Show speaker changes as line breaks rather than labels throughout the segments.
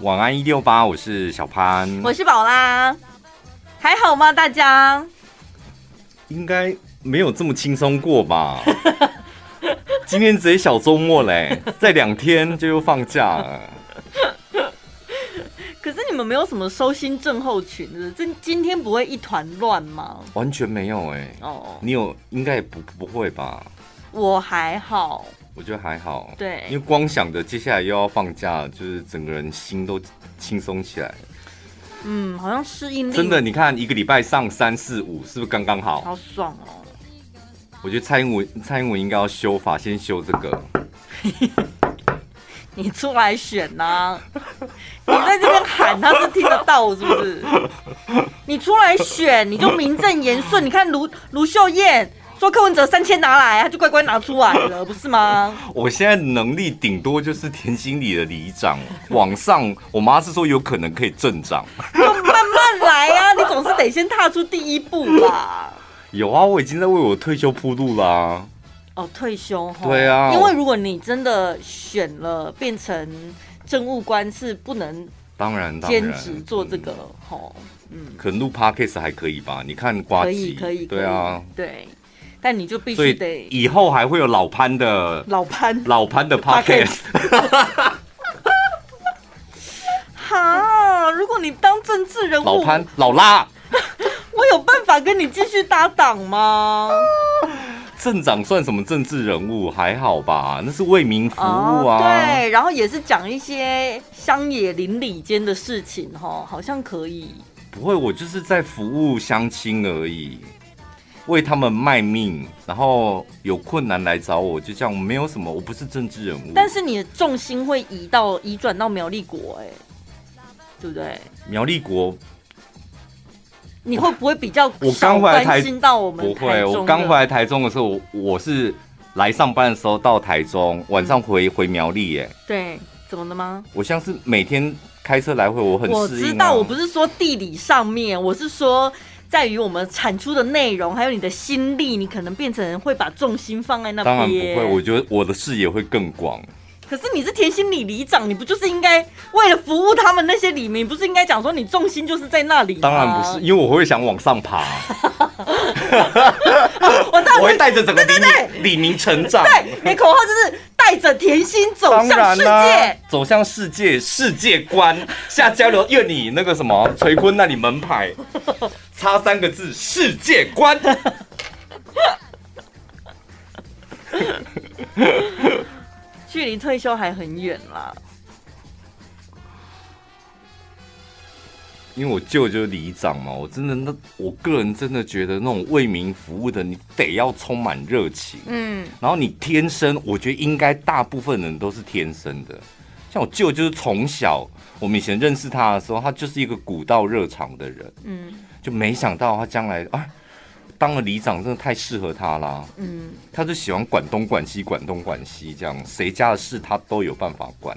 晚安一六八，我是小潘，
我是宝拉，还好吗？大家
应该没有这么轻松过吧？ 今天直接小周末嘞，再两天就又放假了。
可是你们没有什么收心症候群，是不是这今天不会一团乱吗？
完全没有哎、
哦，
你有应该也不不会吧？
我还好，
我觉得还好，
对
因为光想着接下来又要放假，就是整个人心都轻松起来。
嗯，好像适应力
真的，你看一个礼拜上三四五，是不是刚刚好？
好爽哦。
我觉得蔡英文蔡英文应该要修法，先修这个。
你出来选呐、你在这边喊，他是听得到是不是？你出来选，你就名正言顺。你看卢卢秀燕说柯文哲三千拿来，他就乖乖拿出来了，不是吗？
我现在能力顶多就是田心里的里长， 往上，我妈是说有可能可以镇长。
就慢慢来啊，你总是得先踏出第一步吧。
有啊，我已经在为我退休铺路啦、
哦，退休哈。
对啊
因为如果你真的选了，变成政务官是不能
当然，当
兼
然，
职做这个吼，嗯，
可能录 podcast 还可以吧？你看瓜
可
吉，
以可以，
对啊，
可以，对，但你就必
所
须
以
得
以后还会有老潘 的
老潘
老潘的 podcast，
哈，如果你当政治人物，
老潘老拉
我有办法跟你继续搭档吗？
镇长算什么政治人物？还好吧？那是为民服务啊。
哦对，然后也是讲一些乡野邻里间的事情哈，好像可以。
不会，我就是在服务乡亲而已，为他们卖命，然后有困难来找我，就这样，没有什么，我不是政治人物。
但是你的重心会移到移转到苗栗国、哎，对不对？
苗栗国
你会不会比较
我
少
刚回来台
关心到我们
不
台
会，
中的
我刚回来台中的时候，我我是来上班的时候到台中，晚上回、回苗栗，哎，
对怎么了吗？
我像是每天开车来回，我很
我
适应、啊。
知道，我不是说地理上面，我是说在于我们产出的内容，还有你的心力，你可能变成会把重心放在那边。
当然不会，我觉得我的视野会更广。
可是你是甜心里里长，你不就是应该为了服务他们那些里民，不是应该讲说你重心就是在那里吗？
当然不是，因为我会想往上爬，
我知 道
我会
你
带着整个李明李明成长。
对你的哎口号就是带着甜心走
当
向
然
世
啦、
界。
走向世界世界观。下交流，愿你那个什么垂坤那里门牌插三个字世界观。
距离退休还很远啦。
因为我舅就是里长嘛，我真的那我个人真的觉得那种为民服务的，你得要充满热情。
嗯，
然后你天生，我觉得应该大部分人都是天生的。像我舅就是从小，我们以前认识他的时候，他就是一个古道热肠的人，
嗯
就没想到他将来啊当了里长，真的太适合他啦。
嗯，
他就喜欢管东管西，管东管西，这样谁家的事他都有办法管。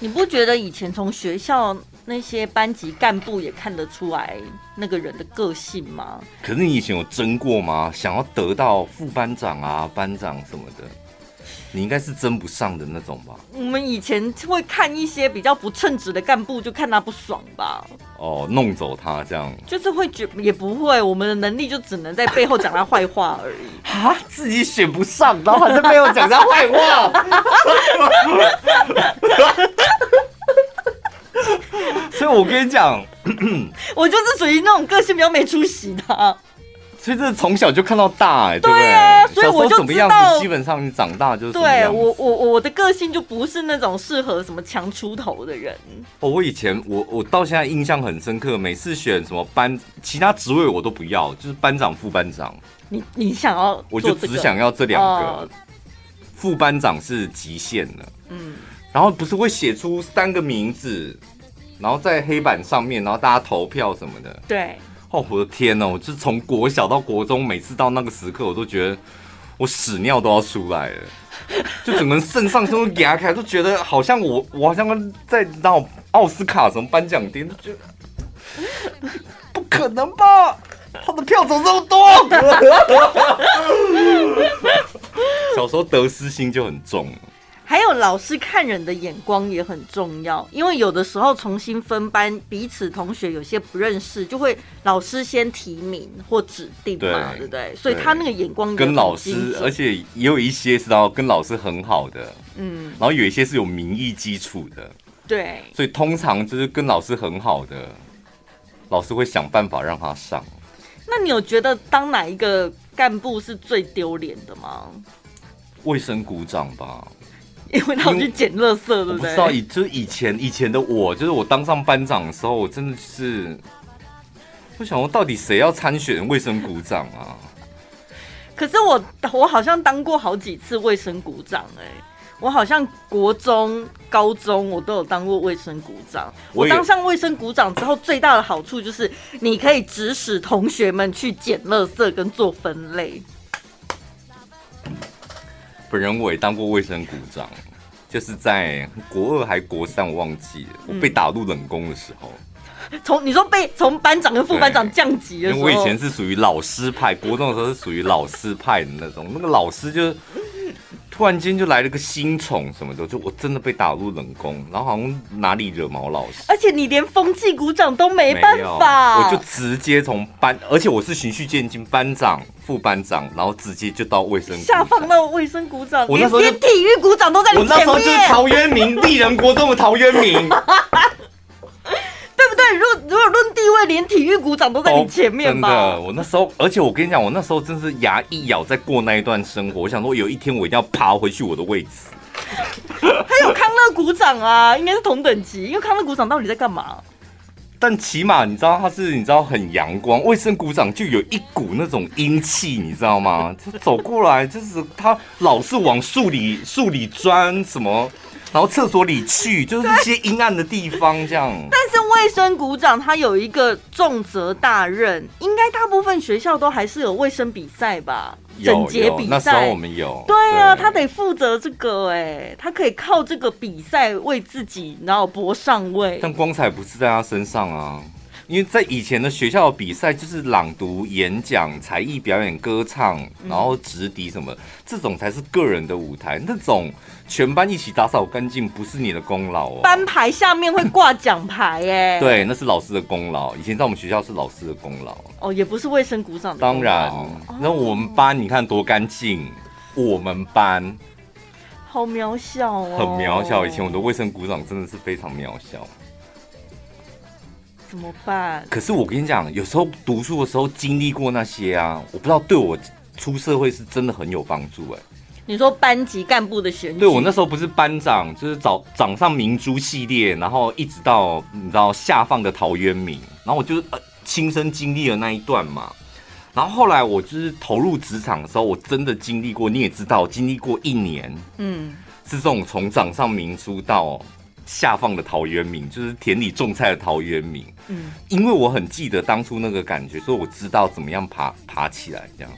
你不觉得以前从学校那些班级干部也看得出来那个人的个性吗？
可是你以前有争过吗？想要得到副班长啊、班长什么的，你应该是争不上的那种吧？
我们以前会看一些比较不称职的干部，就看他不爽吧，
哦，弄走他这样
就是会觉也不会，我们的能力就只能在背后讲他坏话 而已。
啊，自己选不上，然后还在背后讲他坏话。 所以，我跟你讲，
我就是属于那种个性比较没出息的啊、
所以这从小就看到大、哎，对不对？
对啊所以
小时候
我就
怎么样
知道
子，基本上你长大就是什么
对
样子
我我我的个性就不是那种适合什么强出头的人。
哦，我以前我我到现在印象很深刻，每次选什么班，其他职位我都不要，就是班长、副班长，
你你想要、做
我就
这
只
个
想要这两个。
哦
副班长是极限了，
嗯。
然后不是会写出三个名字，然后在黑板上面，然后大家投票什么的。
对，
哦，我的天哦，就是从国小到国中，每次到那个时刻，我都觉得我屎尿都要出来了，就整个人肾上腺都压开，都觉得好像我我好像在闹奥斯卡什么颁奖典礼，就觉得不可能吧？他的票怎么这么多？小时候得失心就很重，
还有老师看人的眼光也很重要，因为有的时候重新分班，彼此同学有些不认识，就会老师先提名或指定嘛，
对
对不对？所以他那个眼光也
跟
很
老
精
师，呃
准
而且也有一些是然后跟老师很好的，
嗯，
然后有一些是有民意基础的，
对，
所以通常就是跟老师很好的，老师会想办法让他上。
那你有觉得当哪一个干部是最丢脸的吗？
卫生股长吧，
因为他有
因
去捡垃圾，对
我
不
不知道
对？
以就是以前以前的我，就是我当上班长的时候，我真的是，我想说到底谁要参选卫生股长啊？
可是我我好像当过好几次卫生股长、哎，我好像国中、高中我都有当过卫生股长。
我
我
也
当上卫生股长之后，最大的好处就是你可以指使同学们去捡垃圾跟做分类。
本人我也当过卫生股长，就是在国二还国三我忘记了，我被打入冷宫的时候，
从你说被从班长跟副班长
对
降级的
因
时
为
候，
我以前是属于老师派，国中的时候是属于老师派的那种，那个老师就突然间就来了个新宠什么的，就我真的被打入冷宫，然后好像哪里惹毛老师。
而且你连风纪股长都没
没
办
有
哎法，
我就直接从班，而且我是循序渐进，班长、副班长，然后直接就到卫生股
下放
长
到卫生股长，
我那
连
时候就
连体育股长都在
我
你
那
前
时候就是
面，
陶渊明，丽人国中的陶渊 明，
对不对？如果如果论地位，连体育股长都在你前面
哦真的，
吧？
我那时候，而且我跟你讲，我那时候真是牙一咬在过那一段生活，我想说有一天我一定要爬回去我的位置。
还有康乐股长啊，应该是同等级，因为康乐股长到底在干嘛？
但起码你知道他是你知道很阳光，卫生股长就有一股那种阴气，你知道吗？ 就走过来，就是他老是往树里树里钻什么，然后厕所里去，就是一些阴暗的地方这样。
但是卫生股长他有一个重责大任，应该大部分学校都还是有卫生比赛吧，整
有
洁
有
比，
那时候我
赛。
们有。
对啊，他得负责这个哎、他可以靠这个比赛为自己然后搏上位。
但光彩不是在他身上啊，因为在以前的学校比赛就是朗读、演讲、才艺表演、歌唱，
嗯
然后直笛什么，这种才是个人的舞台。那种全班一起打扫干净，不是你的功劳哦。
班牌下面会挂奖牌哎、，
对，那是老师的功劳。以前在我们学校是老师的功劳，
哦，也不是卫生股长的
当
功劳
然，那我们班你看多干净。我们班
好渺小哦，
很渺小，以前我的卫生股长真的是非常渺小。
怎么办？
可是我跟你讲，有时候读书的时候经历过那些啊，我不知道对我出社会是真的很有帮助哎、
你说班级干部的选举，
对我那时候不是班长，就是早掌上明珠系列，然后一直到你知道下放的陶渊明，然后我就是呃亲身经历了那一段嘛。然后后来我就是投入职场的时候，我真的经历过，你也知道，经历过一年
嗯，
是这种从掌上明珠到下放的陶渊明，就是田里种菜的陶渊明。
嗯，
因为我很记得当初那个感觉，所以我知道怎么样爬爬起来这样。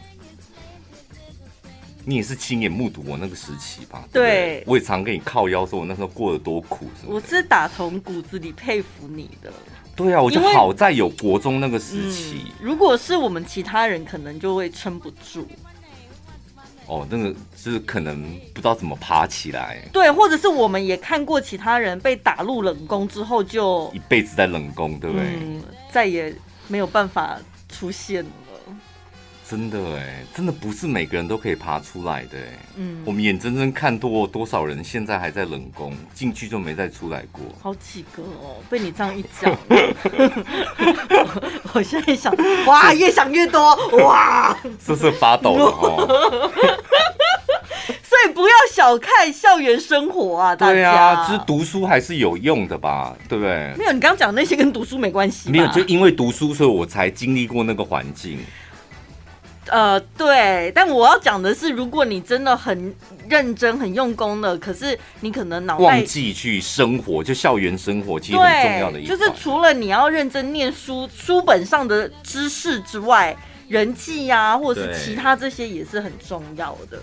你也是亲眼目睹我那个时期吧？对不对，
对
我也常跟你靠腰说，我那时候过得多苦什么
我
的。
是打从骨子里佩服你的。
对啊，我就
因为
好在有国中那个时
嗯
期，，
如果是我们其他人，可能就会撑不住。
哦，那个就是可能不知道怎么爬起来，
对，或者是我们也看过其他人被打入冷宫之后就，
一辈子在冷宫，对不对？
嗯，再也没有办法出现了。
真的哎，真的不是每个人都可以爬出来的哎。
嗯，
我们眼睁睁看多多少人现在还在冷宫，进去就没再出来 过。
好几个哦，被你这样一 讲，我现在想，哇，越想越多，哇！
瑟瑟发抖 了哦。
所以不要小看校园生活啊，大家。
对啊，就是读书还是有用的吧，对不对？
没有，你刚刚讲的那些跟读书没关系吧。
没有，就因为读书，所以我才经历过那个环境。
哎呃，对。但我要讲的是，如果你真的很认真、很用功了，可是你可能脑
忘
袋
记去生活，就校园生活其实很重要的
对，
一
就
环。
是除了你要认真念书、书本上的知识之外，人际呀、或者
对
是其他这些也是很重要的。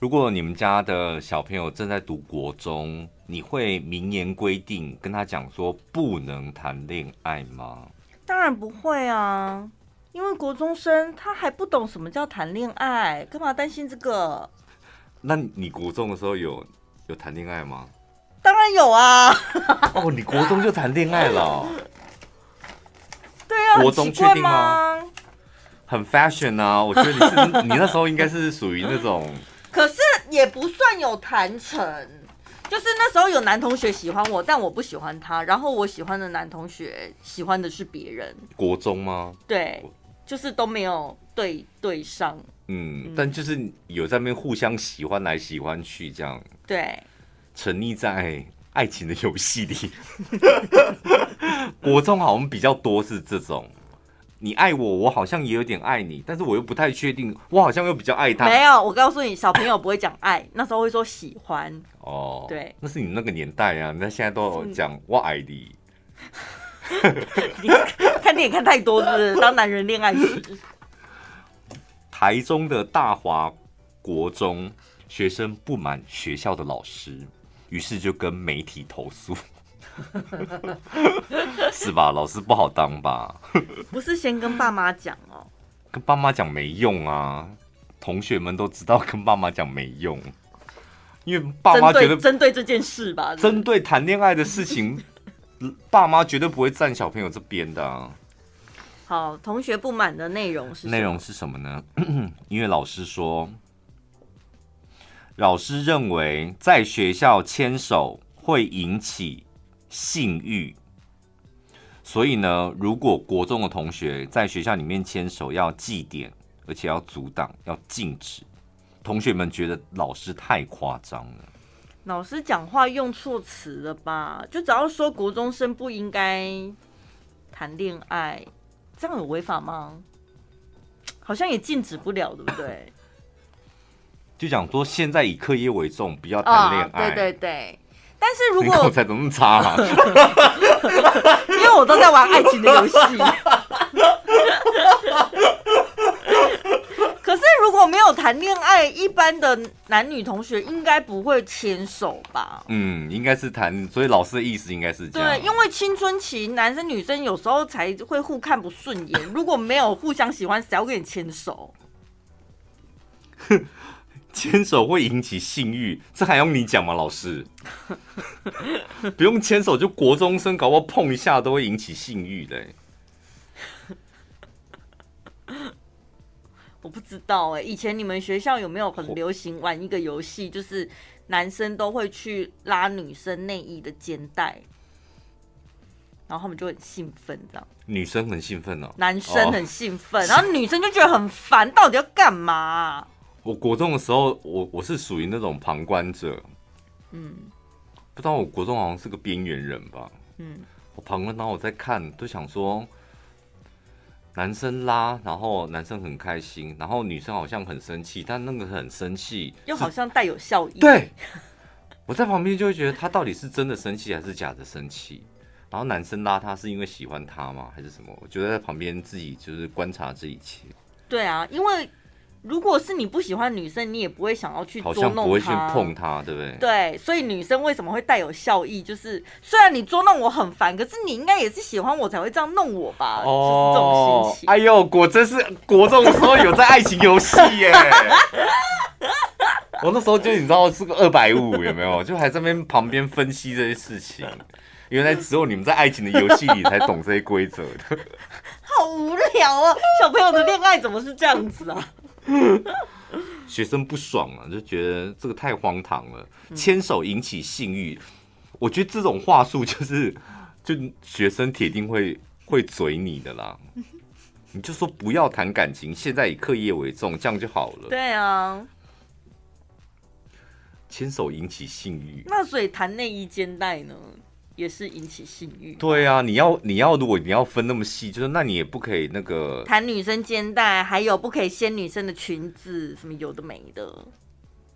如果你们家的小朋友正在读国中，你会明言规定跟他讲说不能谈恋爱吗？
当然不会啊，因为国中生他还不懂什么叫谈恋爱，干嘛担心这个？
那你国中的时候有有有谈恋爱吗？
当然有啊，
哦，你国中就谈恋爱了哦、
对啊，
国
很
中
奇怪
确定吗？很 fashion 啊！我觉得你是你那时候应该是属于那种
可是也不算有谈成，就是那时候有男同学喜欢我，但我不喜欢他，然后我喜欢的男同学喜欢的是别人，
国中吗？
对，就是都没有对对上，
嗯，但就是有在那边互相喜欢来喜欢去，这样
对，
沉溺在爱情的游戏 里。国中好像比较多是这种，你爱我，我好像也有点爱你，但是我又不太确定，我好像又比较爱他。
没有。我告诉你，小朋友不会讲爱，那时候会说喜欢，
哦，
对，
那是你那个年代啊，那现在都有讲我爱你。
看电影看太多是不是？当男人恋爱时，
台中的大华国中学生不满学校的老师，于是就跟媒体投诉， 是吧？老师不好当吧？
不是先跟爸妈讲哦。
跟爸妈讲没用啊，同学们都知道跟爸妈讲没用，因为爸妈
针
觉得
对针对这件事吧，
针对谈恋爱的事情，爸妈绝对不会站小朋友这边的、啊。
好，同学不满的内容是什么
内容是什么呢？因为老师说，老师认为在学校牵手会引起性欲，所以呢，如果国中的同学在学校里面牵手要祭奠，而且要阻挡，要禁止。同学们觉得老师太夸张了，
老师讲话用错词了吧？就只要说国中生不应该谈恋爱，这样有违法吗？好像也禁止不了，对不对？
就讲说现在以课业为重，不要 谈恋爱。
对啊对对。但是如
你口
果
才怎么那么差啊？
因为我都在玩爱情 的游戏，可是如果没有谈恋爱，一般的男女同学应该不会牵手吧？
嗯，应该是谈，所以老师的意思应该是这样。
对，因为青春期男生女生有时候才会互看不顺 眼，如果没有互相喜欢，谁要跟你牵手？
牵手会引起性欲，这还用你讲吗，老师？ 不用牵手，就国中生搞不好碰一下都会引起性欲的欸、
我不知道哎、以前你们学校有没有很流行玩一个游戏，就是男生都会去拉女生内衣的肩带，然后他们就很兴奋，这样
女生很兴奋哦、
男生很兴奋，然后女生就觉得很烦，到底要干嘛啊、
我国中的时候，我我是属于那种旁观者，
嗯
不知道我国中好像是个边缘人吧。
嗯，
我旁观，然后我在看，都想说，男生拉，然后男生很开心，然后女生好像很生气，但那个很生气，
又好像带有效益。，
对，我在旁边就会觉得他到底是真的生气还是假的生气。然后男生拉他是因为喜欢他吗？还是什么？我觉得在旁边自己就是观察这一切，
对啊，因为如果是你不喜欢女生，你也不会想要去
好
捉弄
像
她，
不会去碰他，对不对？
对，所以女生为什么会带有笑意？就是虽然你捉弄我很烦，可是你应该也是喜欢我才会这样弄我吧？就是这种心情。
哎呦，果真是国中的时候有在爱情游戏耶！ 我那时候就你知道是个二百五有没有？就还在那边旁边分析这些事情，原来只有你们在爱情的游戏里才懂这些规则的。
好无聊哦，小朋友的恋爱怎么是这样子啊？
学生不爽啊，就觉得这个太荒唐了，牵手引起性欲，我觉得这种话术就是，就学生铁定会会嘴你的啦。你就说不要谈感情，现在以课业为重，这样就好了。
对啊，
牵手引起性欲，
那所以谈内衣肩带呢，也是引起性欲。
对啊，你要你要如果你要分那么细，就是那你也不可以那个
谈女生肩带，还有不可以掀女生的裙子，什么有的没的，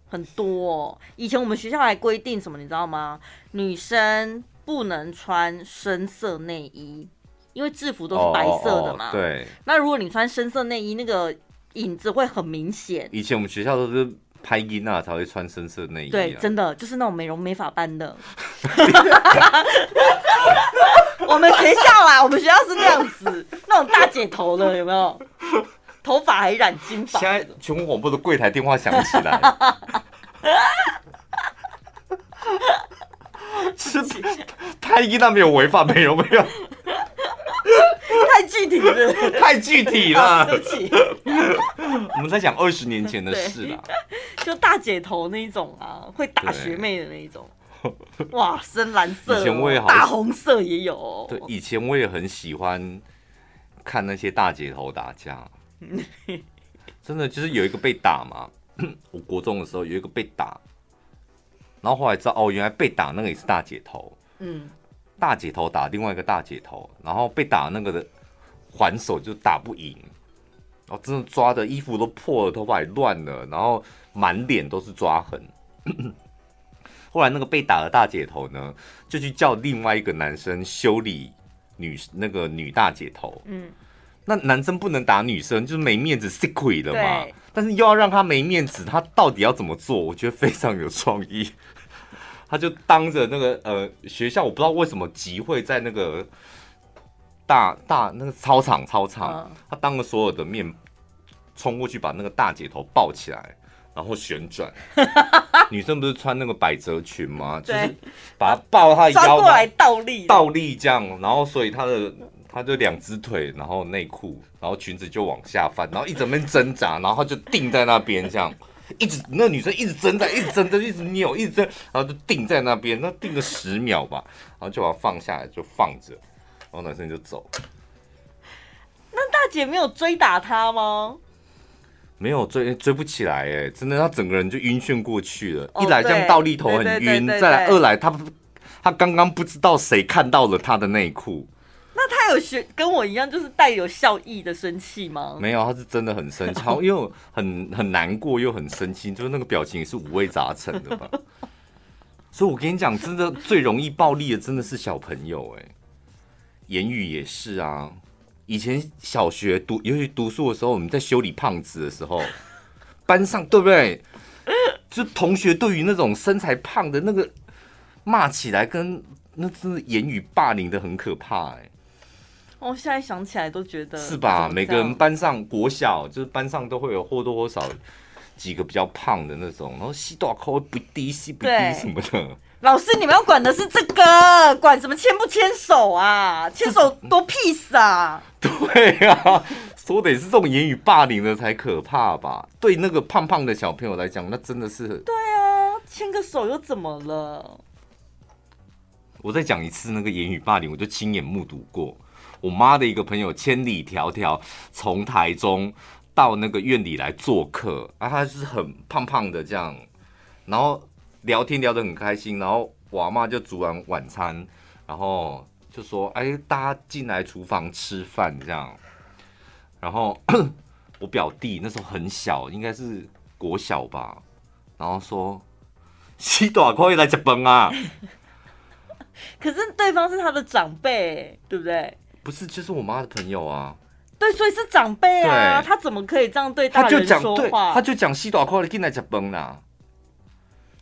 很多、哦。以前我们学校还规定什么，你知道吗？女生不能穿深色内衣，因为制服都是白色的
哦
嘛。
哦哦对，
那如果你穿深色内衣，那个影子会很明显。
以前我们学校都是拍音啊才会穿深色内衣、啊，
对，真的就是那种美容美发班 的。 我们学校啦，我们学校是那样子，那种大姐头的有没有？头发还染金发
现。在全国广播的柜台电话响起来，是太医那边有违法没有没有？
太具体了，
太具体
啊
了
对，不起，
我们在讲二十年前的事啦。
就大姐头那一种啊，会打学妹的那一种。哇，深蓝色
以
哦、
前我也好
大红色也有哦、
对，以前我也很喜欢看那些大姐头打架，真的就是有一个被打嘛。 我国中的时候有一个被打，然后后来知道哦，原来被打那个也是大姐头，
嗯，
大姐头打另外一个大姐头，然后被打那个的还手就打不赢，然后真的抓的衣服都破了，头发也乱了，然后满脸都是抓痕。 后来那个被打的大姐头呢，就去叫另外一个男生修理女那个女大姐头。
嗯，
那男生不能打女生，就是没面子 s i c k y 了嘛
对。
但是又要让他没面子，他到底要怎么做？我觉得非常有创意。他就当着那个呃学校，我不知道为什么集会在那个大大那个操场操场，
嗯
他当着所有的面冲过去把那个大姐头抱起来，然后旋 转。女生不是穿那个百褶裙吗？就是
对
把她抱到她的
抓
腰
过
然后
来倒立，
倒立这样，然后所以他的他就两只腿，然后内裤，然后裙子就往下翻，然后一整边挣扎，然后他就定在那边这样，一直那女生一直挣扎，一直挣扎，一直扭，一直挣，然后就定在那边，那定个十秒吧，然后就把它放下来，就放着，然后男生就走，
那大姐没有追打他吗？
没有追追不起来哎，真的，他整个人就晕眩过去了，
哦
一来这样
对
倒立头很
对对对
晕，
对
再来
对
二来他不他刚刚不知道谁看到了他的内裤。
那他有学跟我一样，就是带有笑意的生气吗？
没有，他是真的很生气，好又很很难过，又很生气，就是那个表情也是五味杂陈的吧。 所以我跟你讲，真的最容易暴力的真的是小朋友、哎，言语也是啊。以前小学读，尤其读书的时候，我们在修理胖子的时候， 班上对不对？就同学对于那种身材胖的那个骂起来跟，那真的言语霸凌的很可怕、哎。
我、哦现在想起来都觉得
是吧？
怎么
每
这
个
样
人班上国小就是班上都会有或多或少几个比较胖的那种，然后吸多少口不低吸不低
对
什么的，
老师，你们要管的是这个，管什么牵不牵手啊？牵手多 peace 啊！
对啊，说的也是这种言语霸凌的才可怕吧？对那个胖胖的小朋友来讲，那真的是
对啊，牵个手又怎么了？
我再讲一次那个言语霸凌，我就亲眼目睹过。我妈的一个朋友千里迢迢从台中到那个院里来做客，啊，她就是很胖胖的这样，然后聊天聊得很开心，然后我阿妈就煮完晚餐，然后就说：“哎，大家进来厨房吃饭这样。”然后我表弟那时候很小，应该是国小吧，然后说：“ 西大可以来吃饭啊。”
可是对方是他的长辈，对不对？
不是，就是我妈的朋友啊，
对，所以是长辈啊，
对
他怎么可以这样对大
他就
人
讲
说
对，
话？
他就讲西多块的进来吃崩啦，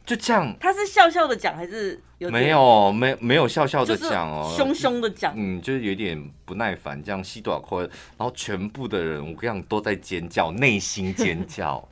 就这样，
他是笑笑的讲，还是有点
没有没没有笑笑
就
的
是
讲哦，
凶凶的讲？
嗯，就是有点不耐烦，这样西多块，然后全部的人我跟你讲都在尖叫，内心尖叫，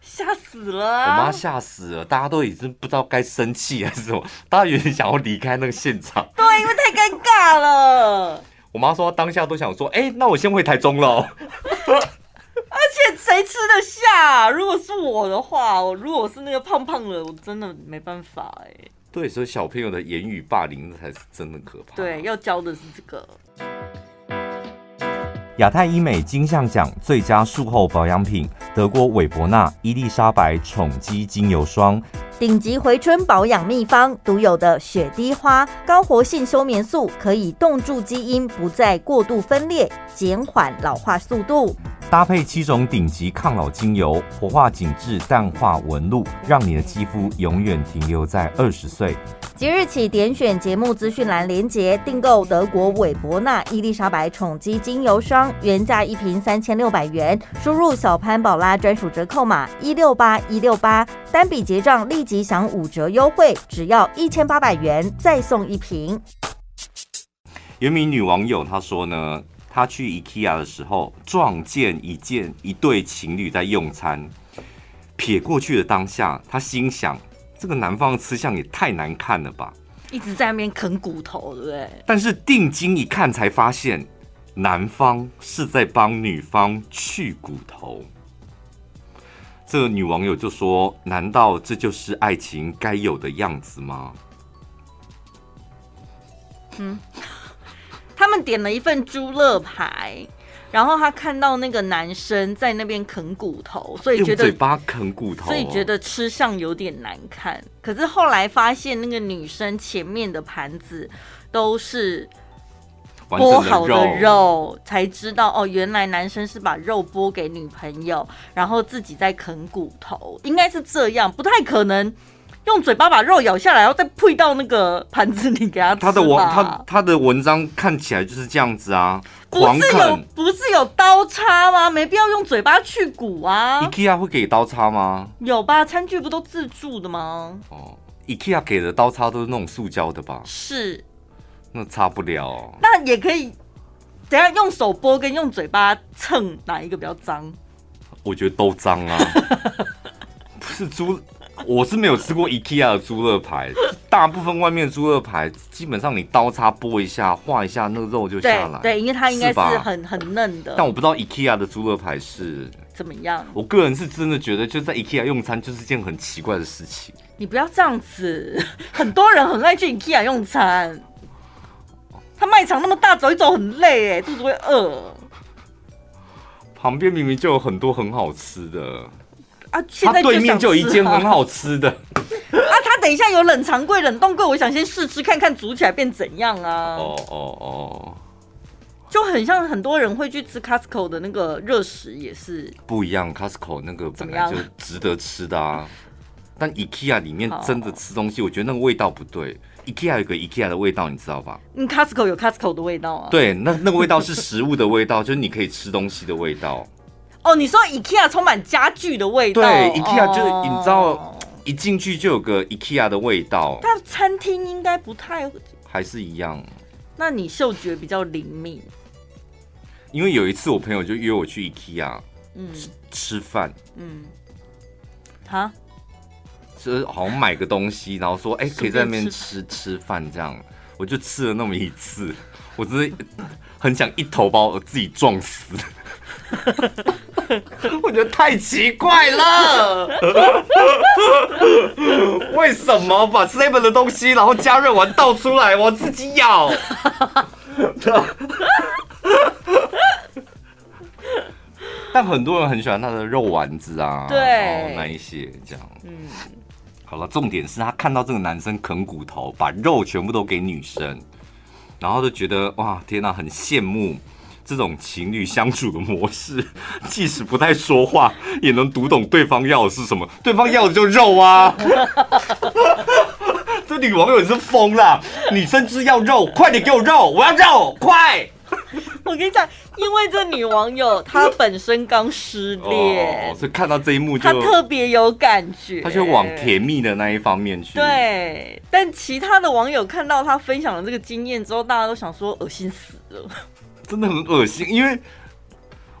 吓死了
我妈
啊！
吓死了，大家都已经不知道该生气还是什么，大家有点想要离开那个现场。
对，因为太尴尬了，
我妈说她当下都想说，哎、那我先回台中喽。
而且谁吃得下？如果是我的话，我如果我是那个胖胖的，我真的没办法哎、
对，所以小朋友的言语霸凌那才是真的可怕。
对，要教的是这个。
亚太医美金像奖最佳术后保养品，德国韦伯纳伊丽莎白宠肌精油霜，
顶级回春保养秘方独有的雪滴花高活性休眠素，可以冻住基因，不再过度分裂，减缓老化速度。
搭配七种顶级抗老精油，活化紧致，淡化纹路，让你的肌肤永远停留在二十岁。
即日起，点选节目资讯栏连结订购德国韦伯纳伊丽莎白宠肌精油霜，原价一瓶三千六百元，输入小潘宝拉专属折扣码一六八一六八，单笔结账立即享五折优惠，只要一千八百元，再送一瓶。
有一名女网友她说呢，她去 IKEA 的时候撞见一件一对情侣在用餐，撇过去的当下，她心想这个南方的吃相也太难看了吧？
一直在那边啃骨头，对不对？
但是定睛一看才发现，男方是在帮女方去骨头。这个女网友就说：“难道这就是爱情该有的样子吗？”
他们点了一份猪肋排，然后他看到那个男生在那边啃骨头，所以
用
觉
嘴
得
巴啃骨头，哦
所以觉得吃相有点难看。可是后来发现那个女生前面的盘子都是
完
剥
整
好
肉
的肉，才知道哦，原来男生是把肉剥给女朋友，然后自己在啃骨头，应该是这样，不太可能用嘴巴把肉咬下来，然后再配到那个盘子里给他吃吧。
他的文他他的文章看起来就是这样子啊，
不
狂
是有
啃。
不是有刀叉吗？没必要用嘴巴去骨啊，
IKEA 会给刀叉吗？
有吧？餐具不都自助的吗？
哦，IKEA 给的刀叉都是那种塑胶的吧？
是，
那擦不了。哦
那也可以。等一下用手剥跟用嘴巴蹭哪一个比较脏？
我觉得都脏啊。 不是猪，我是没有吃过 IKEA 的猪肋排，大部分外面的猪肋排，基本上你刀叉剥一下、划一下，那个肉就
对
下来。
对，因为它应该
是
是
吧
很很嫩的
但。我不知道 IKEA 的猪肋排是，
怎么样？
我个人是真的觉得，就在 IKEA 用餐就是件很奇怪的事情。
你不要这样子， 很多人很爱去 IKEA 用餐。他卖场那么大，走一走很累哎，肚子会饿
旁边明明就有很多很好吃的，
啊。现在
它对
想
面就有一
吃
间
啊
很好吃 的。
啊。他等一下有冷藏柜、冷冻柜，我想先试吃看看煮起来变怎样啊。
哦哦哦，
就很像很多人会去吃 Costco 的那个热食，也是
不一样，Costco 那个
怎
本
么
来
样
就值得吃的 啊。但 IKEA 里面
好
真的吃东西，我觉得那个味道不对。IKEA 有个 IKEA 的味道，你知道吧？
嗯 Costco 有 Costco 的味道啊。
对，那那个味道是食物的味道， 就是你可以吃东西的味道。
哦，你说 IKEA 充满家具的味道，啊
对，IKEA 就是
哦
你知道，一进去就有个 IKEA 的味道，
但餐厅应该不太，
还是一样。
那你嗅觉比较灵敏，
因为有一次我朋友就约我去 IKEA
嗯。
吃饭，
嗯，好，
就是好像买个东西，然后说哎、可以
顺便
在那边吃吃饭这样， 我就吃了那么一次，我真的很想一头把我自己撞死。我觉得太奇怪了，为什么把 seven 的东西，然后加热完倒出来，我自己 咬？但很多人很喜欢它的肉丸子啊，
对
然后那一些这样。
嗯，
好了，重点是他看到这个男生啃骨头，把肉全部都给女生，然后就觉得哇，天哪、很羡慕这种情侣相处的模式， 即使不太说话，也能读懂对方要的是什么。对方要的就肉啊！ 这女网友也是疯了，女生就是要肉，快点给我肉，我要肉，快！
我跟你讲，因为这女网友她本身刚失恋，
哦所以看到这一幕就
她，特别有感觉，
她就往甜蜜的那一方面去。，
对，但其他的网友看到她分享了这个经验之后，大家都想说恶心死了。
哎真的很恶心，因为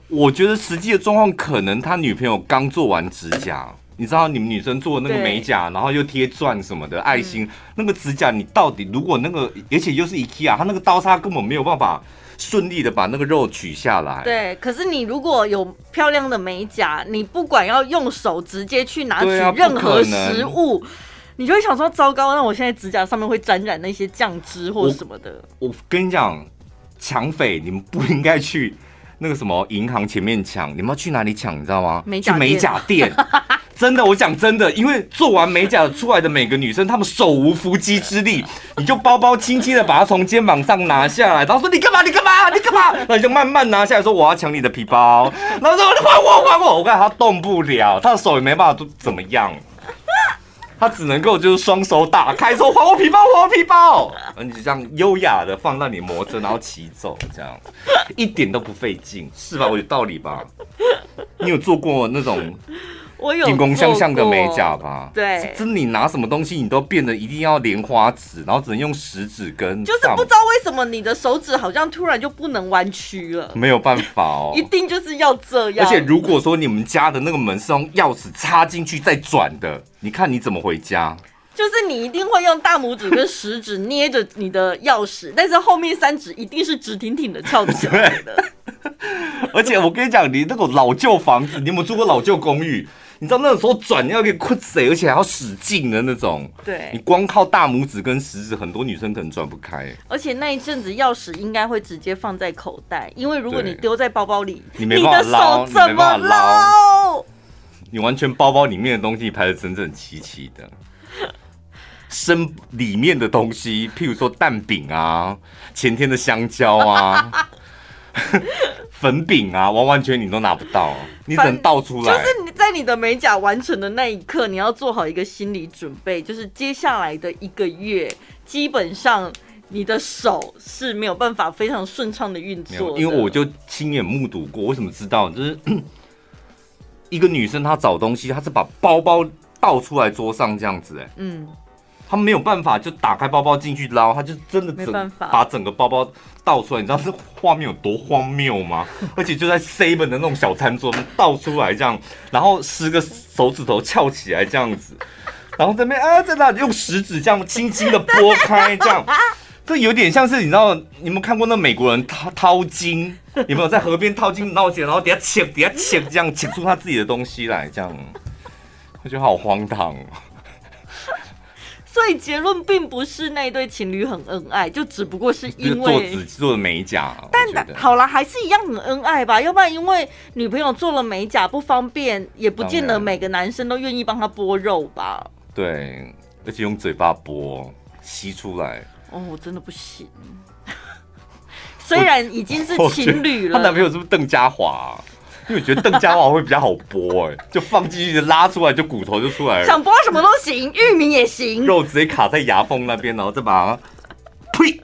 我觉得实际的状况可能他女朋友刚做完指甲，你知道你们女生做那个
对
美甲，然后又贴钻什么的爱心，那个指甲你到底如果那个，而且又是 IKEA，他那个刀叉根本没有办法顺利的把那个肉取下来。
对，可是你如果有漂亮的美甲，你不管要用手直接去拿取
对啊不
任何
可能
食物。你就会想说，糟糕，那我现在指甲上面会沾染那些酱汁或
我
什么的。
我跟你讲，抢匪你们不应该去那个什么银行前面抢，你们要去哪里抢？你知道吗？
美甲
去
店
美甲店。 真的，我讲真的，因为做完美甲出来的每个女生，她们手无缚鸡之 力，你就包包轻轻的把她从肩膀上拿下来，然后说你干嘛？你干嘛？你干嘛？然后你就慢慢拿下来说我要抢你的皮包，然后说还我还我，我看她动不了，她的手也没办法都怎么样，她只能够就是双手打开说还我皮包，还我皮包，然后你就这样优雅的放到你摩车，然后骑走，这样一点都不费劲，是吧？我有道理吧？你有做过那种
我有
金光相向的美
做
甲
过，
吧？
对
真你拿什么东西你都变得一定要莲花指，然后只能用食指跟
就是
大拇
不知道为什么你的手指好像突然就不能弯曲了，
没有办法哦
一。定就是要这
而
样。
且如果说你们家的那个门是用钥匙插进去再转的，你看你怎么回家？
就是你一定会用大拇指跟食指捏着你的钥匙，但是后面三指一定是直挺挺的翘起来的。
而且我跟你讲，你那种老旧房子，你有没有住过老旧公寓？你知道那个时候转要给困死，而且还要使劲的那种。你
对，
光靠大拇指跟食指，很多女生可能转不开。
而且那一阵子钥匙应该会直接放在口袋，因为如果
对
你丢在包包里，
你没办
的
法捞
手怎
你没办法
么捞？
你完全包包里面的东西排的整整齐齐的，身里面的东西，譬如说蛋饼啊，前天的香蕉啊， 粉饼啊，完完全你都拿不到，你只能倒出
就
来。
是你在你的美甲完成的那一刻，你要做好一个心理准备，就是接下来的一个月，基本上你的手是没有办法非常顺畅的运
没有
作的，
因为我就亲眼目睹过，我怎么知道？就是 一个女生她找东西，她是把包包倒出来桌上这样子、欸，哎，
嗯。
她没有办法就打开包包进去捞，她就真的
没
整
办法
把整个包包倒出来，你知道这画面有多荒谬吗？ 而且就在 seven 的那种小餐桌倒出来这样，然后十个手指头翘起来这样子，然后这边啊在那里用食指这样轻轻的拨开这样。这有点像是你知道，你们看过那美国人掏掏金，有没有在河边掏金捞起来，然后底下切底下切这样切出他自己的东西来，这样，我觉得好荒唐哦。
所以结论并不是那对情侣很恩爱，就只不过是
就是
因
做
为
纸。做的美甲，我觉
但
得
好啦，还是一样很恩爱吧，要不然因为女朋友做了美甲不方便，也不见
当
得
然
每个男生都愿意帮她剥肉吧。
对，而且用嘴巴剥吸出来。
哦，我真的不行。 虽然已经是
我觉得
情侣
她男
了，
朋友是不是邓家华啊、因为我觉得邓家华会比较好剥，哎，就放进去拉出来就骨头就出来了，
想剥什么都行，玉米也行。
肉直接卡在牙缝那边，然后再把它，呸！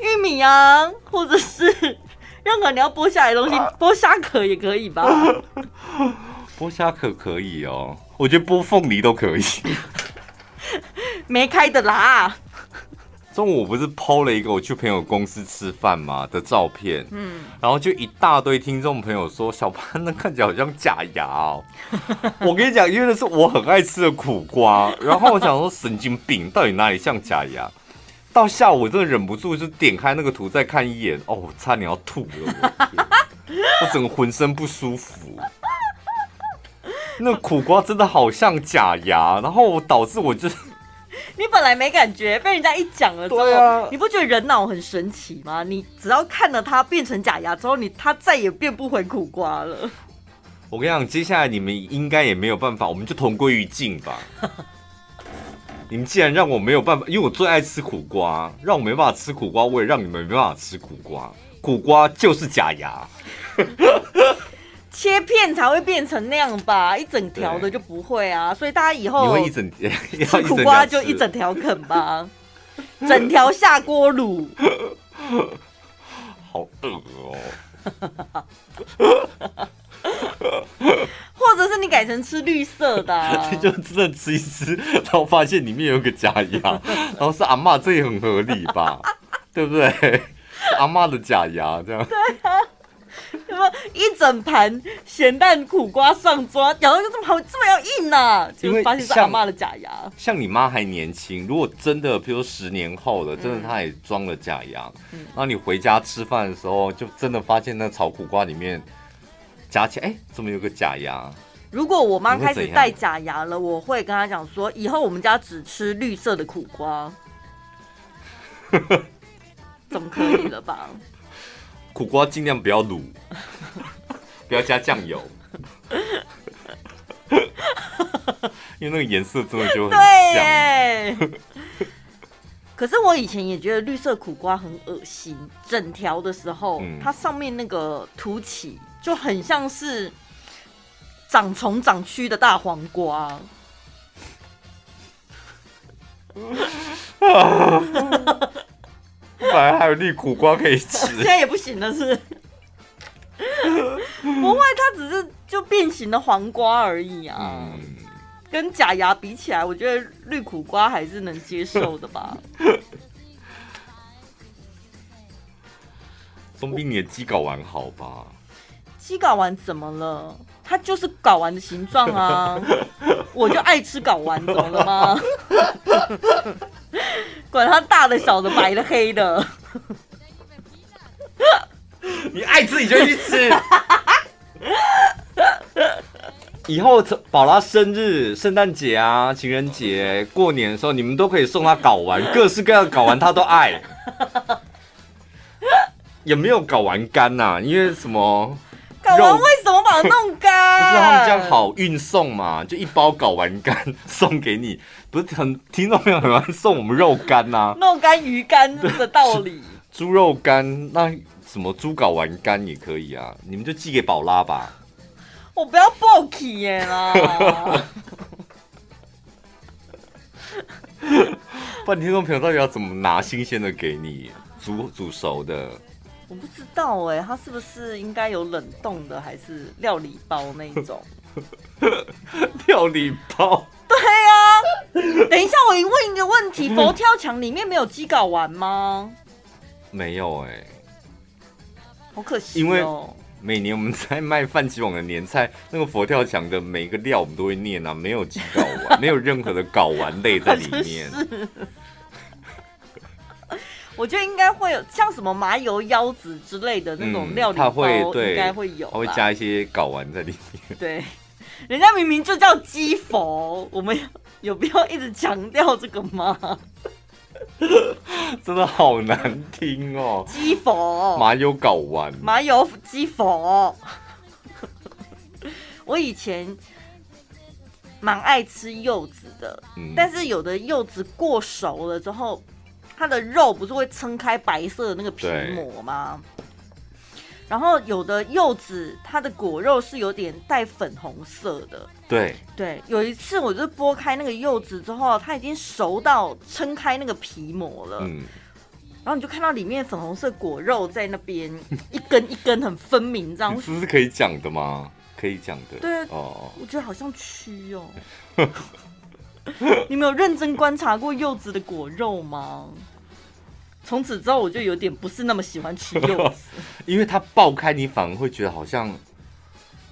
玉米啊，或者是 任何你要剥下来的东西，
啊
剥虾壳也可以吧？
剥虾壳可以哦，我觉得剥凤梨都可以。
没开的啦。
中午我不是 PO 了一个我去朋友公司吃饭嘛的照片，嗯，然后就一大堆听众朋友说小潘那看起来好像假牙哦。 我跟你讲，因为那是我很爱吃的苦瓜，然后我想说神经病到底哪里像假牙？到下午我真的忍不住就点开那个图再看一眼，哦，我差点要吐了，我的天我整个浑身不舒服。那苦瓜真的好像假牙，然后导致我就。
你本来没感觉，被人家一讲了之后，
对啊
你不觉得人脑很神奇吗？你只要看了它变成假牙之后，你它再也变不回苦瓜了。
我跟你讲，接下来你们应该也没有办法，我们就同归于尽 吧。你们既然让我没有办法，因为我最爱吃苦瓜，让我没办法吃苦瓜，我也让你们没办法吃苦瓜。苦瓜就是假牙，
切片才会变成那样吧，一整条的
对
就不会啊。所以大家以
你
后
会一整要一
吃
整
苦瓜
条
就
吃
一整条啃吧， 整条下锅卤。
好饿哦。，
或者是你改成吃绿色的、啊
就真的吃一吃，然后发现里面有一个假 牙，然后是阿嬷，这也很合理吧？对不对？是阿嬷的假牙这样。
什么一整盘咸蛋苦瓜上桌，咬到就这么好，这么要硬啊，
因
就
为
发现是阿
像
妈的假牙。
像你妈还年轻，如果真的，比如十年后
嗯
了，真的她也装了假牙，然后你回家吃饭的时候，就真的发现那炒苦瓜里面夹起来，哎、怎么有个假牙？
如果我妈
你会
开始
怎样
戴假牙了，我会跟她讲说，以后我们家只吃绿色的苦 瓜。总可以了 吧？
苦瓜尽量不要 卤，不要加酱油，因为那个颜色真的就很
对
像。
耶。可是我以前也觉得绿色苦瓜很恶心，整条的时候，
嗯
它上面那个凸起就很像是长虫长蛆的大黄 瓜。
本来还有绿苦瓜可以吃
现，在也不行了，是不是？ 不会，它只是就变形的黄瓜而已啊。
嗯，
跟假牙比起来，我觉得绿苦瓜还是能接受的吧。
总比你的鸡睾丸好吧？
鸡睾丸怎么了？它就是睾丸的形状 啊！我就爱吃睾丸，怎么了吗？管它大的、小的、白的、黑的，
你爱吃你就去吃。 以后宝拉生日、圣诞节啊、情人节、过年的时候，你们都可以送她睾 丸，各式各样的睾丸她都爱。也没有睾丸干呐、因为什么？
睾
肉
丸为什么把它 弄
不
干？
是他们这样好运送嘛？就一包睾丸干送给你，不是很听众朋友很爱送我们肉干呐、
弄干鱼干的道 理。
猪肉干，那什么猪睾丸干也可以啊，你们就寄给宝拉吧。
我不要 b o k 耶啦！
不然听众朋友到底要怎么拿新鲜的给你？煮煮熟的，
我不知道哎、它是不是应该有冷冻的，还是料理包那一种？
料理包
等一下，我问一个问
嗯
题：佛跳墙里面没有鸡睾丸吗？
没有哎、
好可惜、哦，
因为每年我们在卖泛起网的年菜，那个佛跳墙的每一个料我们都会念啊，没有鸡睾丸，没有任何的睾丸类在里面。
我觉得应该会有像什么麻油腰子之类的那种料理
嗯它
包，
会对，
应该会有啦，
它会加一些睾丸在里面。
对。人家明明就叫鸡佛，我们有有必要一直强调这个吗？
真的好难听哦，
鸡佛，
麻油睾丸，
麻油鸡佛。 我以前蛮爱吃柚子的，
嗯
但是有的柚子过熟了之后，它的肉不是会撑开白色的那个皮膜吗？然后有的柚子它的果肉是有点带粉红色的。
对，
对，有一次我就是剥开那个柚子之后，它已经熟到撑开那个皮膜了，
嗯，
然后你就看到里面粉红色果肉在那边一根一根很分明这样
你，这是可以讲的吗？可以讲的，
对
哦，
我觉得好像蛆哦。你们有认真观察过柚子的果肉吗？从此之后，我就有点不是那么喜欢吃柚子。
因为它爆开，你反而会觉得好像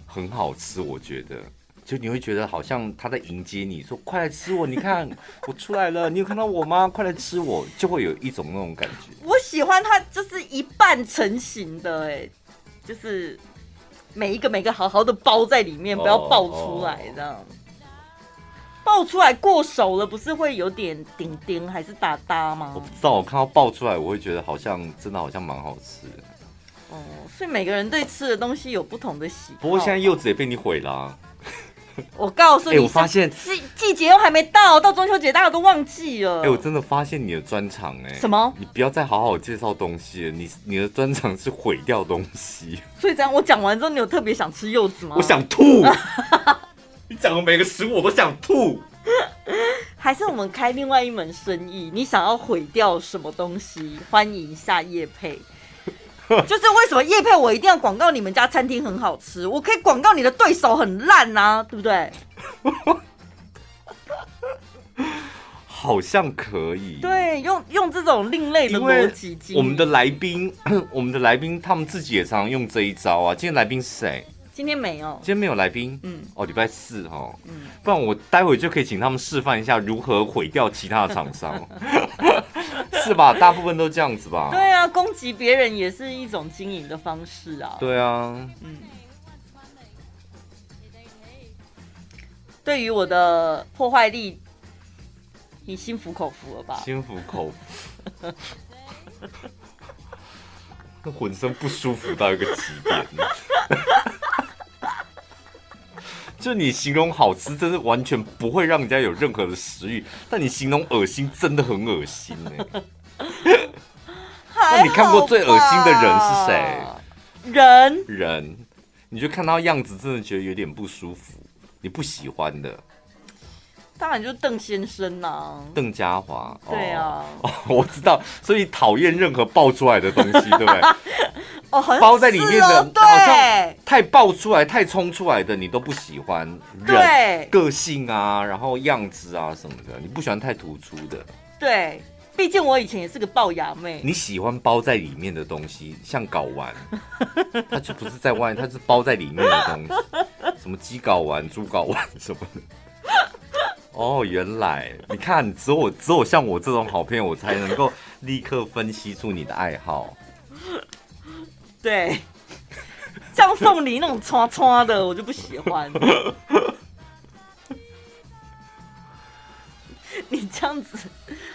很好吃，我觉得。就你会觉得好像它在迎接你，说快来吃我，你看我出来了，你有看到我吗？快来吃我，就会有一种那种感觉。
我喜欢它就是一半成型的、哎，就是每一个每一个好好的包在里面，
哦
不要爆出来这样。爆出来过熟了，不是会有点顶顶还是打搭吗
我？不知道，我看到爆出来，我会觉得好像真的好像蛮好吃的。
哦，所以每个人对吃的东西有不同的喜好。
不过现在柚子也被你毁了啊、
我告诉
哎、
你，
我发现
是季节又还没到，到中秋节大家都忘记了。
哎、我真的发现你的专场哎、
什么
你不要再好好介绍东西了，你你的专场是毁掉东西，
所以这样我讲完之后，你有特别想吃柚子吗？
我，想吐。你讲的每个食物我都想吐。
还是我们开另外一门生意，你想要毁掉什么东西？欢迎下叶 配。就是为什么叶配我一定要广告你们家餐厅很好吃，我可以广告你的对手很烂啊，对不对？
好像可以。，
对，用用这种另类的
因为
逻辑经营
我们的来宾， 我们的来宾他们自己也常常用这一招啊。今天来宾是谁？
今天没有
今，天没有来宾。
嗯
哦，礼拜四哦，
嗯
不然我待会就可以请他们示范一下如何毁掉其他的厂商， 是吧？大部分都这样子吧？
对啊，攻击别人也是一种经营的方式啊。
对啊，
对于我的破坏力，你心服口服了吧？
心服口服。那浑身不舒服到一个极点，就你形容好吃，真是完全不会让人家有任何的食欲；但你形容恶心，真的很恶心哎、
那
你看过最恶心的人是谁？
哎人
人，你就看到样子，真的觉得有点不舒服，你不喜欢的。
当然就是邓先生呐、啊。
邓家华，哦
对啊，
哦， 我知道，所以讨厌任何爆出来的东西，对不对？
哦，好像
包在里面的
是哦
好像
对，
太爆出来、太冲出来的你都不喜欢，人
对
个性啊，然后样子啊什么的，你不喜欢太突出的，
对，毕竟我以前也是个龅牙妹，
你喜欢包在里面的东西，像睾丸，它就不是在外，它是包在里面的东西，什么鸡睾丸、猪睾丸什么的。哦，原来你看，只有我只有像我这种好朋友，我才能够立刻分析出你的爱好。
对， 像凤梨那种刷刷的，我就不喜欢。 你这样子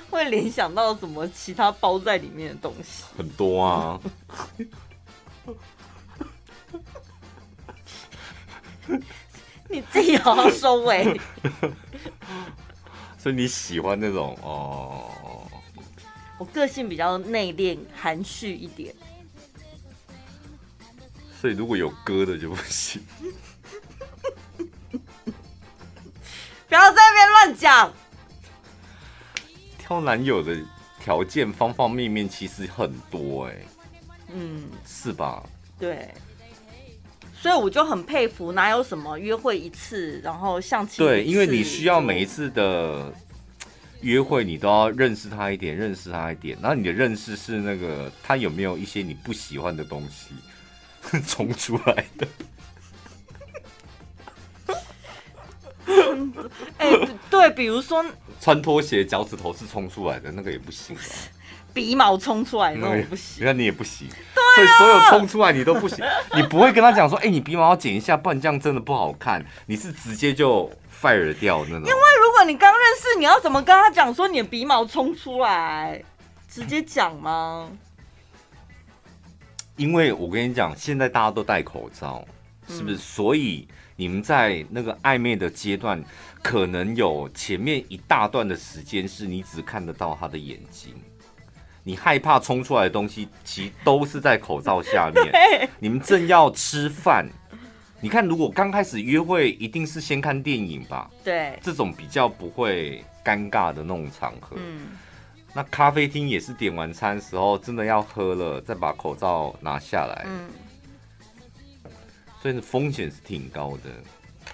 会联想到什么其他包在里面的东西？
很多啊。
你自己好好收 尾。
所以你喜欢那种哦，
我个性比较内敛、含蓄一点，
所以如果有歌的就不行。
不要在那边乱讲。
挑男友的条件方方面面其实很多哎、
嗯，
是吧？
对。所以我就很佩服，哪有什么约会一次，然后相亲
对，
一次
因为你需要每一次的约会，你都要认识他一点，认识他一点。然后你的认识是那个他有没有一些你不喜欢的东西 冲出来的。
哎、对，比如说
穿拖鞋脚趾头是冲出来的，那个也不行、啊。
鼻毛冲出来那
那
种
也
我不行。啊
那你也不行，所以所有冲出来你都不行，你不会跟他讲说，哎、你鼻毛要剪一下，不然这样真的不好看，你是直接就 fire 掉那种。因为
那如果你刚认识，你要怎么跟他讲说你的鼻毛冲出来？直接讲吗？
因为我跟你讲，现在大家都戴口罩，是不是？所以你们在那个暧昧的阶段，可能有前面一大段的时间是你只看得到他的眼睛，你害怕冲出来的东西，其实都是在口罩下面。
哎，
你们正要吃饭，你看，如果刚开始约会，一定是先看电影吧，
对，
这种比较不会尴尬的那种场合。
嗯，
那咖啡厅也是点完餐时候，真的要喝了，再把口罩拿下来，
嗯
所以风险是挺高的。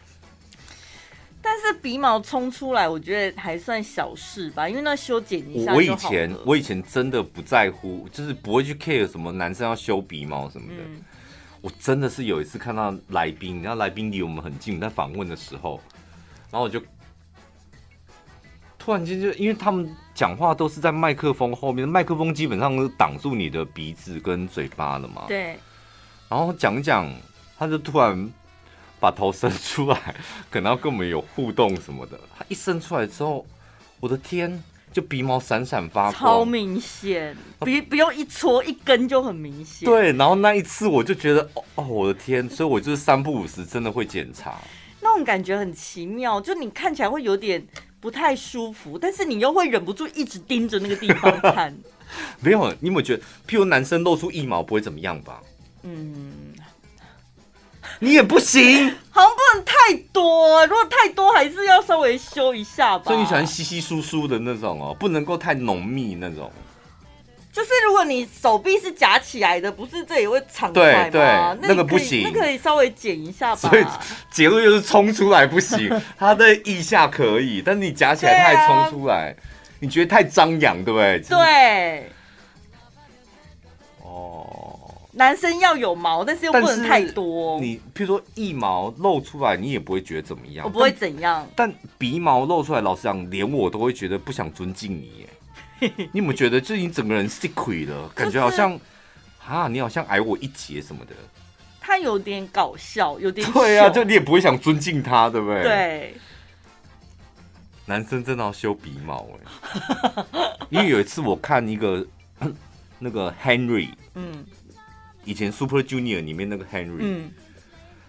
但是鼻毛冲出来，我觉得还算小事吧，因为那修剪一下
我我
就
以
好
前
了
我以前真的不在乎，就是不会去 care 什么男生要修鼻毛什么的。
嗯
我真的是有一次看到来宾，然后来宾离我们很近，在访问的时候，然后我就突然间就，因为他们讲话都是在麦克风后面，麦克风基本上是挡住你的鼻子跟嘴巴了嘛。
对，
然后讲一讲，他就突然把头伸出来，可能要跟我们有互动什么的。他一伸出来之后，我的天，就鼻毛闪闪发
超
光。
明显，不不用一戳一根就很明显。，
对，然后那一次我就觉得，哦哦，我的天！所以我就是三不五时真的会检查。
那种感觉很奇妙，就你看起来会有点不太舒服，但是你又会忍不住一直盯着那个地方 看。
没有，你有没有觉得，譬如男生露出一毛不会怎么样吧？
嗯，
你也不行，
好像不能太多，如果太多还是要稍微修一下吧。
所以你喜欢稀稀疏疏的那种哦，不能够太浓密那种。
就是如果你手臂是夹起来的，不是这里会敞
对
开
对
吗？
那个
你可
不
以
行
那可以稍微剪一下吧
所。以结论就是冲出来不 行，它的腋下可以，但是你夹起来它
对啊
还冲出来，你觉得太张扬，对不对？就是，
对，
哦，
男生要有毛，但是又不
但
能
是
太多。
你譬如说腋毛露出来，你也不会觉得怎么样，
我不会怎样，
但。但鼻毛露出来，老实讲，连我都会觉得不想尊敬你耶。 你有没有觉得，就是你整个人 sick 了，感觉好像啊，你好像矮我一截什么的。
他有点搞笑，有点
对啊，
糗
就你也不会想尊敬他，对不对？。
对。
男生真的要修鼻毛哎、因为有一次我看一个 那个 Henry，
嗯
以前 Super Junior 里面那个 Henry，、
嗯，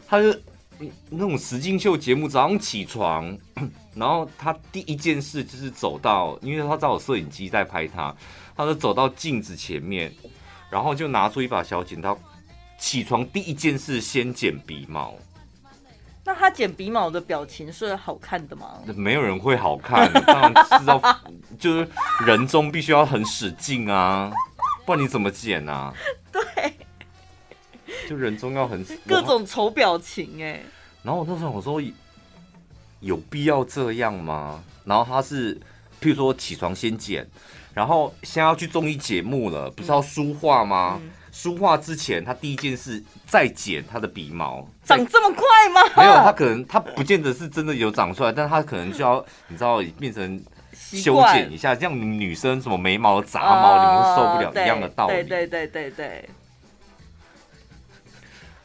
他是嗯那种实境秀节目，早上起床， 然后他第一件事就是走到，因为他知道有摄影机在拍他，他就走到镜子前面，然后就拿出一把小剪刀，起床第一件事先剪鼻毛，
那他剪鼻毛的表情是好看的吗？
没有人会好看， 当然知道，就是人中必须要很使劲啊，不然你怎么剪啊？
对，
就人中要很死
各。种丑表情哎、
然后我那时候我说，有必要这样吗？然后他是，譬如说起床先剪，然后现在要去综艺节目了，不是要梳化吗？
嗯
梳化之前，他第一件事再剪他的鼻毛，再
长这么快吗？
没有，他可能他不见得是真的有长出来，但他可能就要你知道变成
习
修
惯
剪一下，像女生什么眉毛杂毛，你们会受不
哦
了
对
一样的道理。
对对对对对，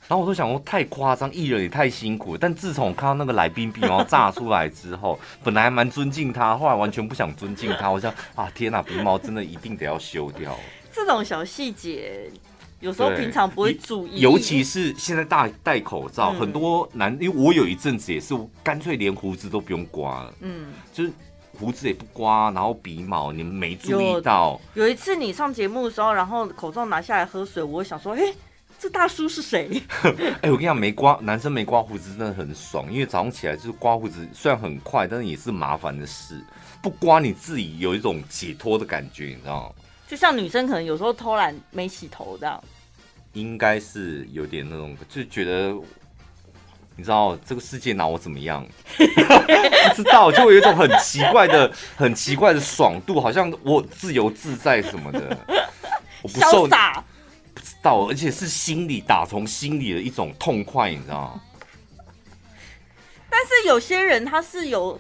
然后我就想说太夸张，艺人也太辛苦了。但自从我看到那个来宾鼻毛炸出来之后， 本来还蛮尊敬他，后来完全不想尊敬他。我想啊，天哪，鼻毛真的一定得要修掉。
这种小细节有时候
对
平常不会注意，
尤其是现在大戴口罩，
嗯
很多男，因为我有一阵子也是，我干脆连胡子都不用刮了，
嗯，
就是胡子也不刮，然后鼻毛你们没注意
有
到。
有一次你上节目的时候，然后口罩拿下来喝水，我想说，哎、这大叔是谁？
哎、我跟你讲，没刮男生没刮胡子真的很爽，因为早上起来就是刮胡子，虽然很快，但是也是麻烦的事。不刮你自己有一种解脱的感觉，你知道吗？
就像女生可能有时候偷懒没洗头这样，
应该是有点那种，就觉得你知道这个世界拿我怎么样？ 不知道，就有一种很奇怪的、很奇怪的爽度，好像我自由自在什么的。我不受
潇洒。
不知道，而且是心里打从心里的一种痛快，你知道吗？
但是有些人他是有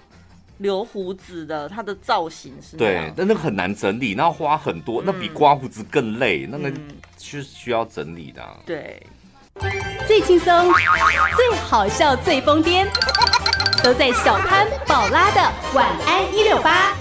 留胡子的，他的造型是那
对
样，
但那个很难整理，那要花很多，那比刮胡子更累，那个
嗯
是需要整理的啊、
对，
最轻松、最好笑、最疯癫，都在小潘宝拉的《晚安一六八》。